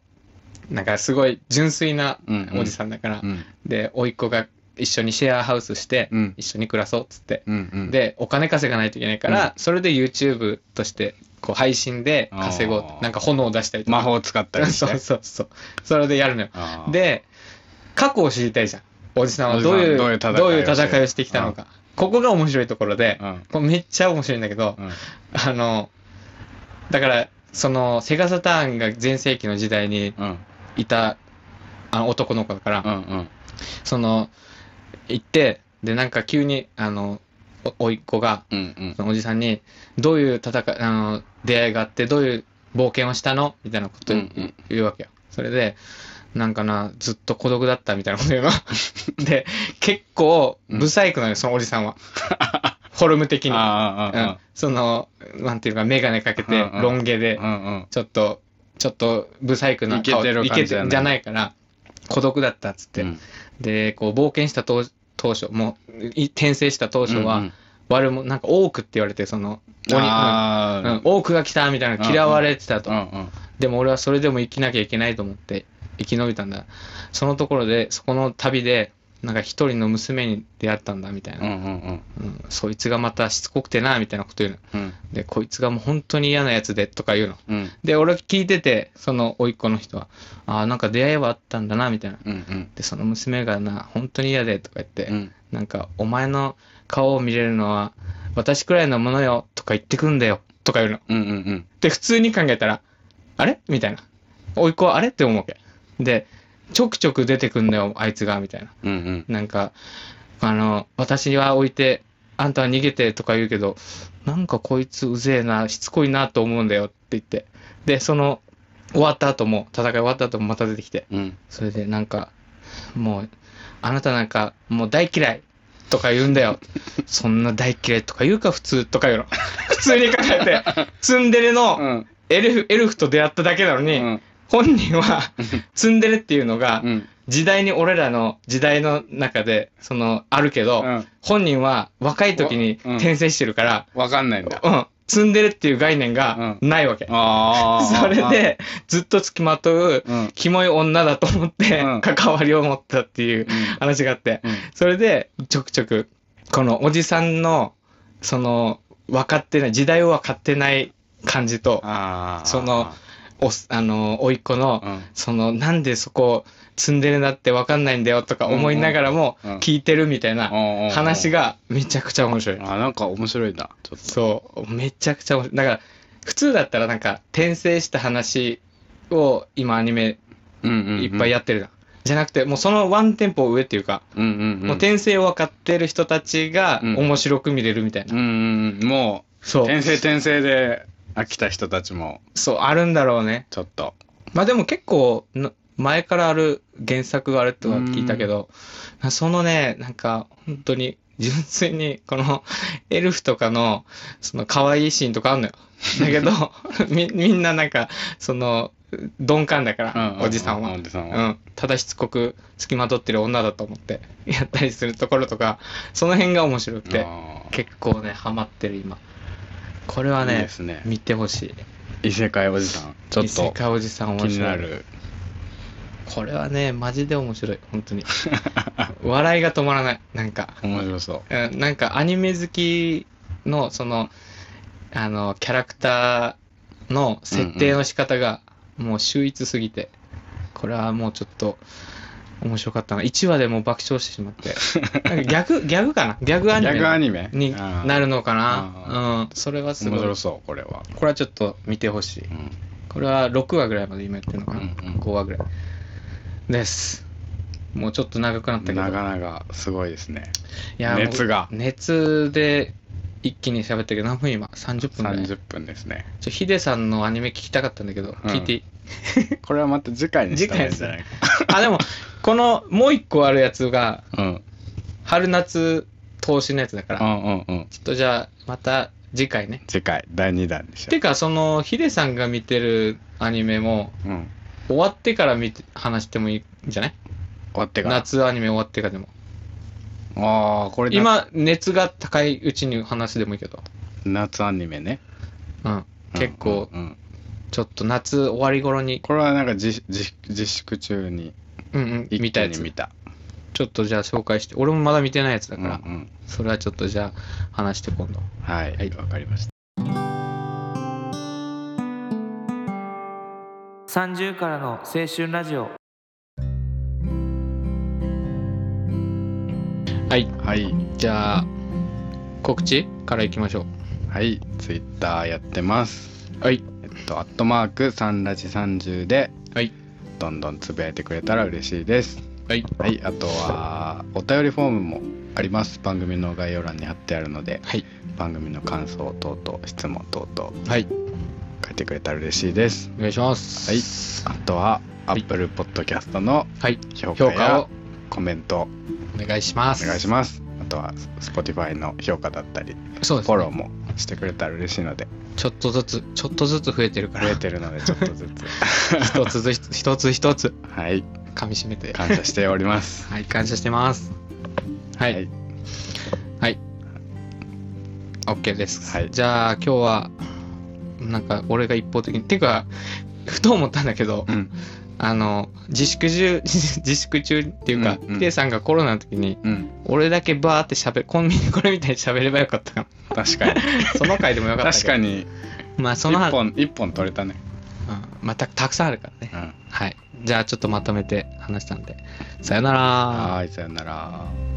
Speaker 1: なんかすごい純粋な
Speaker 2: うんうん
Speaker 1: おじさんだから、
Speaker 2: うん。
Speaker 1: で甥いっ子が一緒にシェアハウスして、
Speaker 2: うん
Speaker 1: 一緒に暮らそうっつって
Speaker 2: うんうん。、
Speaker 1: でお金稼がないといけないから、それで YouTube としてこう配信で稼ごう
Speaker 2: あー
Speaker 1: なんか炎を出したりとか
Speaker 2: 魔法を使ったりし
Speaker 1: そう
Speaker 2: て。
Speaker 1: そうそうそれでやるのよ
Speaker 2: あー、
Speaker 1: で過去を知りたいじゃんおじさんはどういう
Speaker 2: お
Speaker 1: どう
Speaker 2: じ
Speaker 1: い
Speaker 2: さん
Speaker 1: う
Speaker 2: どういう戦いをして
Speaker 1: 戦いをしてきたのかここが面白いところで、
Speaker 2: うん
Speaker 1: これめっちゃ面白いんだけど、
Speaker 2: うん。
Speaker 1: あのだからそのセガサターンが全盛期の時代に
Speaker 2: うん。
Speaker 1: いたあの男の子だから、
Speaker 2: うんうん。
Speaker 1: その行ってでなんか急にあのお甥いっ子が
Speaker 2: うんうん。
Speaker 1: そのおじさんに、どういう戦い、あの、出会いがあって、どういう冒険をしたのみたいなこと
Speaker 2: う
Speaker 1: を
Speaker 2: んうん
Speaker 1: 言うわけよ。それで、なんかな、ずっと孤独だったみたいなこと言うの。 で、結構、ブサイクなのよ、そのおじさんは。フォルム的に。
Speaker 2: あ
Speaker 1: う
Speaker 2: ー
Speaker 1: ん
Speaker 2: あ
Speaker 1: その、なんていうか、メガネかけて
Speaker 2: うんう、ん
Speaker 1: ロン毛で
Speaker 2: ー、あー、うんうん。
Speaker 1: ちょっと、ちょっと、ブサイクな顔、
Speaker 2: イケてる
Speaker 1: イ
Speaker 2: 感
Speaker 1: ケ
Speaker 2: じ
Speaker 1: て
Speaker 2: じゃない
Speaker 1: じゃないから、孤独だったっつって。
Speaker 2: うん
Speaker 1: で、こう、冒険した当当初、もう、い転生した当初は、
Speaker 2: うんうん
Speaker 1: 悪者、なんか多くって言われて、その、鬼
Speaker 2: あ
Speaker 1: うん
Speaker 2: ー、
Speaker 1: 多くが来たみたいな嫌われてたと、
Speaker 2: うんうん。
Speaker 1: でも俺はそれでも生きなきゃいけないと思って生き延びたんだそのところでそこの旅でなんか一人の娘に出会ったんだみたいうな、
Speaker 2: んうんうん。
Speaker 1: うんそいつがまたしつこくてなみたいなこと言うの
Speaker 2: うん
Speaker 1: でこいつがもう本当に嫌なやつでとか言うの
Speaker 2: うん
Speaker 1: で俺聞いててその甥っ子の人はああなんか出会いはあったんだなみたいな
Speaker 2: うんうん
Speaker 1: でその娘がな本当に嫌でとか言って、
Speaker 2: うん。
Speaker 1: なんかお前の顔を見れるのは私くらいのものよとか言ってくんだよとか言うの
Speaker 2: うんうんうん。
Speaker 1: で、普通に考えたら、あれみたいな。おいっ子はあれって思うわけ。で、ちょくちょく出てくんだよ、あいつが、みたいな。
Speaker 2: うんうん。
Speaker 1: なんか、あの、私は置いて、あんたは逃げてとか言うけど、なんかこいつうぜえな、しつこいなと思うんだよって言って。で、その、終わった後も、戦い終わった後もまた出てきて。
Speaker 2: うん
Speaker 1: それでなんか、もう、あなたなんか、もう大嫌いとか言うんだよ。 そんな大嫌いとか言うか、普通とか言うの。普通に考えて、ツンデレの、
Speaker 2: うん。
Speaker 1: エルフ、エルフと出会っただけなの
Speaker 2: う
Speaker 1: に、
Speaker 2: ん。
Speaker 1: 本人は、ツンデレっていうのが
Speaker 2: う、ん。
Speaker 1: 時代に俺らの時代の中で、その、あるけど、
Speaker 2: うん
Speaker 1: 本人は若い時に
Speaker 2: うん
Speaker 1: 転生してるから、
Speaker 2: わかんないんだ。
Speaker 1: うん、ツンデレっていう概念がないわけ。
Speaker 2: ああ。
Speaker 1: それで、ずっと付きまとう、
Speaker 2: うん。うん。
Speaker 1: キモい女だと思って
Speaker 2: うん、
Speaker 1: 関わりを持ったっていう話があって、
Speaker 2: うん。
Speaker 1: それで、ちょくちょく、このおじさんの、その、分かってない、時代を分かってない感じと、
Speaker 2: ああ。
Speaker 1: その、おっ、あの、甥っ子の、
Speaker 2: うん。
Speaker 1: その、なんでそこ、積んでるなって分かんないんだよとか思いながらも
Speaker 2: うんうんうん、
Speaker 1: 聞いてるみたいな
Speaker 2: あ
Speaker 1: 話。がめちゃくちゃ面白い。
Speaker 2: あ、なんか面白いな。ちょっ
Speaker 1: そう、めちゃくちゃ面白い。だから、普通だったらなんか、転生した話を今アニメ
Speaker 2: と。うんうん。
Speaker 1: いっぱいやってるな。じゃなくて、もうそのワンテンポ上っていうか、
Speaker 2: うんうんうん。
Speaker 1: もう転生を分かってる人たちが
Speaker 2: うん
Speaker 1: 面白く見れるみたいな。
Speaker 2: うんうんうん。もう、
Speaker 1: そう。
Speaker 2: 転生転生で飽きた人たちも、
Speaker 1: そう、あるんだろうね。
Speaker 2: ちょっと。
Speaker 1: まあでも結構の、前からある原作があるとは聞いたけど、そのね、なんか、本当に、純粋に、この、 エルフとかの、その、可愛いシーンとかあん のよ。だけど、 み、みんななんか、その、鈍感だか
Speaker 2: うう
Speaker 1: ら、おじさんは
Speaker 2: お。じさ
Speaker 1: う
Speaker 2: んは。
Speaker 1: ん、ただしつこく付きまとってる女だと思って やったりするところとかその辺が面白くて
Speaker 2: あー
Speaker 1: 結構ねハマってる今これはい
Speaker 2: い
Speaker 1: ね
Speaker 2: ですね。
Speaker 1: 見てほしい
Speaker 2: 異世界おじさん。ちょ
Speaker 1: 異
Speaker 2: っ
Speaker 1: 世
Speaker 2: と
Speaker 1: 界おじさん面白
Speaker 2: 気
Speaker 1: い
Speaker 2: になる。
Speaker 1: これはねマジで面白い本当に笑いが止まらないなんか、
Speaker 2: 面白そう。
Speaker 1: うん、なんかアニメ好きのそのあのキャラクターの設定の仕方がもう秀逸すぎて、これはもうちょっと面白かったな1話でもう爆笑してしまってなんかギャ グギャグかなギャグアニ
Speaker 2: 逆ア
Speaker 1: メ
Speaker 2: ニメ
Speaker 1: に
Speaker 2: あー
Speaker 1: なるのか
Speaker 2: あ
Speaker 1: なうんそれはす
Speaker 2: 面
Speaker 1: ごい
Speaker 2: 白そう、これは。
Speaker 1: これはちょっと見てほしい
Speaker 2: うん
Speaker 1: これは6話ぐらいまで今やってるのかな、
Speaker 2: うんうん
Speaker 1: 5話ぐらいですもうちょっと長くなったけど
Speaker 2: なかなかすごいですね。
Speaker 1: いやもう
Speaker 2: 熱が
Speaker 1: 熱で一気に喋ったけど何分今30分ぐらいちょ
Speaker 2: 30分ですね。
Speaker 1: ヒデさんのアニメ聞きたかったんだけど、聞いていい
Speaker 2: これはまた次回にしたらいいんじゃないか。
Speaker 1: あでもこのもう一個あるやつが
Speaker 2: うん。
Speaker 1: 春夏投資のやつだから、
Speaker 2: うんうんうん。
Speaker 1: ちょっとじゃあまた次回ね
Speaker 2: 次回、第2弾にしよ
Speaker 1: てかそのヒデさんが見てるアニメも
Speaker 2: う。うん。
Speaker 1: 終わってから見て話してもいいんじゃない
Speaker 2: 終わってから。
Speaker 1: 夏アニメ終わってからでも
Speaker 2: ああ、これ夏、
Speaker 1: 今熱が高いうちに話でもいいけど、
Speaker 2: 夏アニメね。
Speaker 1: うん、結構
Speaker 2: うんうんうん
Speaker 1: ちょっと夏終わり頃に
Speaker 2: これはなんか自自自粛中に
Speaker 1: うんうん
Speaker 2: 一
Speaker 1: 見
Speaker 2: 気
Speaker 1: たや
Speaker 2: に
Speaker 1: つ
Speaker 2: 見た。
Speaker 1: ちょっとじゃあ紹介して、俺もまだ見てないやつだ
Speaker 2: う
Speaker 1: から、
Speaker 2: んうん
Speaker 1: それはちょっとじゃあ話して今度。
Speaker 2: はい、わ、
Speaker 1: はい
Speaker 2: かりました。
Speaker 3: 30からの青春ラジオ
Speaker 1: はい、
Speaker 2: はい、
Speaker 1: じゃあ告知からいきましょ
Speaker 2: はい、ツイッターやってます。
Speaker 1: う。はい、
Speaker 2: えっと、アットマーク、サンラジ30で、
Speaker 1: はい、
Speaker 2: どんどんつぶやいてくれたら嬉しいです。
Speaker 1: はい、
Speaker 2: はい、あとは、お便りフォームもあります。番組の概要欄に貼ってあるので、
Speaker 1: はい、
Speaker 2: 番組の感想等々、質問等々、
Speaker 1: はい、
Speaker 2: 書いてくれたら嬉しいです。
Speaker 1: お願いします。
Speaker 2: はい、あとは、
Speaker 1: い
Speaker 2: Apple Podcast の
Speaker 1: はい、
Speaker 2: 評価
Speaker 1: 評
Speaker 2: や
Speaker 1: 価を
Speaker 2: コメント
Speaker 1: お願いします。
Speaker 2: お願いします。あとは Spotify の評価だったり、
Speaker 1: ます。そうです、
Speaker 2: フォ
Speaker 1: ね。
Speaker 2: ローもしてくれたら嬉しいの で、
Speaker 1: ちょっとずつ、ちょっとずつ増えてるか
Speaker 2: 増
Speaker 1: ら、
Speaker 2: え てるのでちょっとず つ、
Speaker 1: 一つずつ、一つ一つ、
Speaker 2: はい、
Speaker 1: 噛み締めて。
Speaker 2: 感謝しております。
Speaker 1: はい、感謝してます。はい、
Speaker 2: はい、
Speaker 1: OK です。
Speaker 2: はい
Speaker 1: じゃあ今日は、なんか俺が一方的に、てか、ふと思ったんだけど、
Speaker 2: うん、
Speaker 1: あの自粛中 自粛中っていうか、
Speaker 2: うんうん
Speaker 1: ヒデさんがコロナの時に
Speaker 2: うん、
Speaker 1: 俺だけバーって喋コンビニこれみたいに喋ればよかった か
Speaker 2: 確かに、
Speaker 1: なその回でもよかった
Speaker 2: 確か
Speaker 1: に
Speaker 2: に、
Speaker 1: まあそ
Speaker 2: 一
Speaker 1: の話、うん
Speaker 2: 本一本取れたね。
Speaker 1: まあ、たたくさんあるからね
Speaker 2: うん、
Speaker 1: はいじゃあちょっとまとめて話したんでさよなら
Speaker 2: はい、さよなら。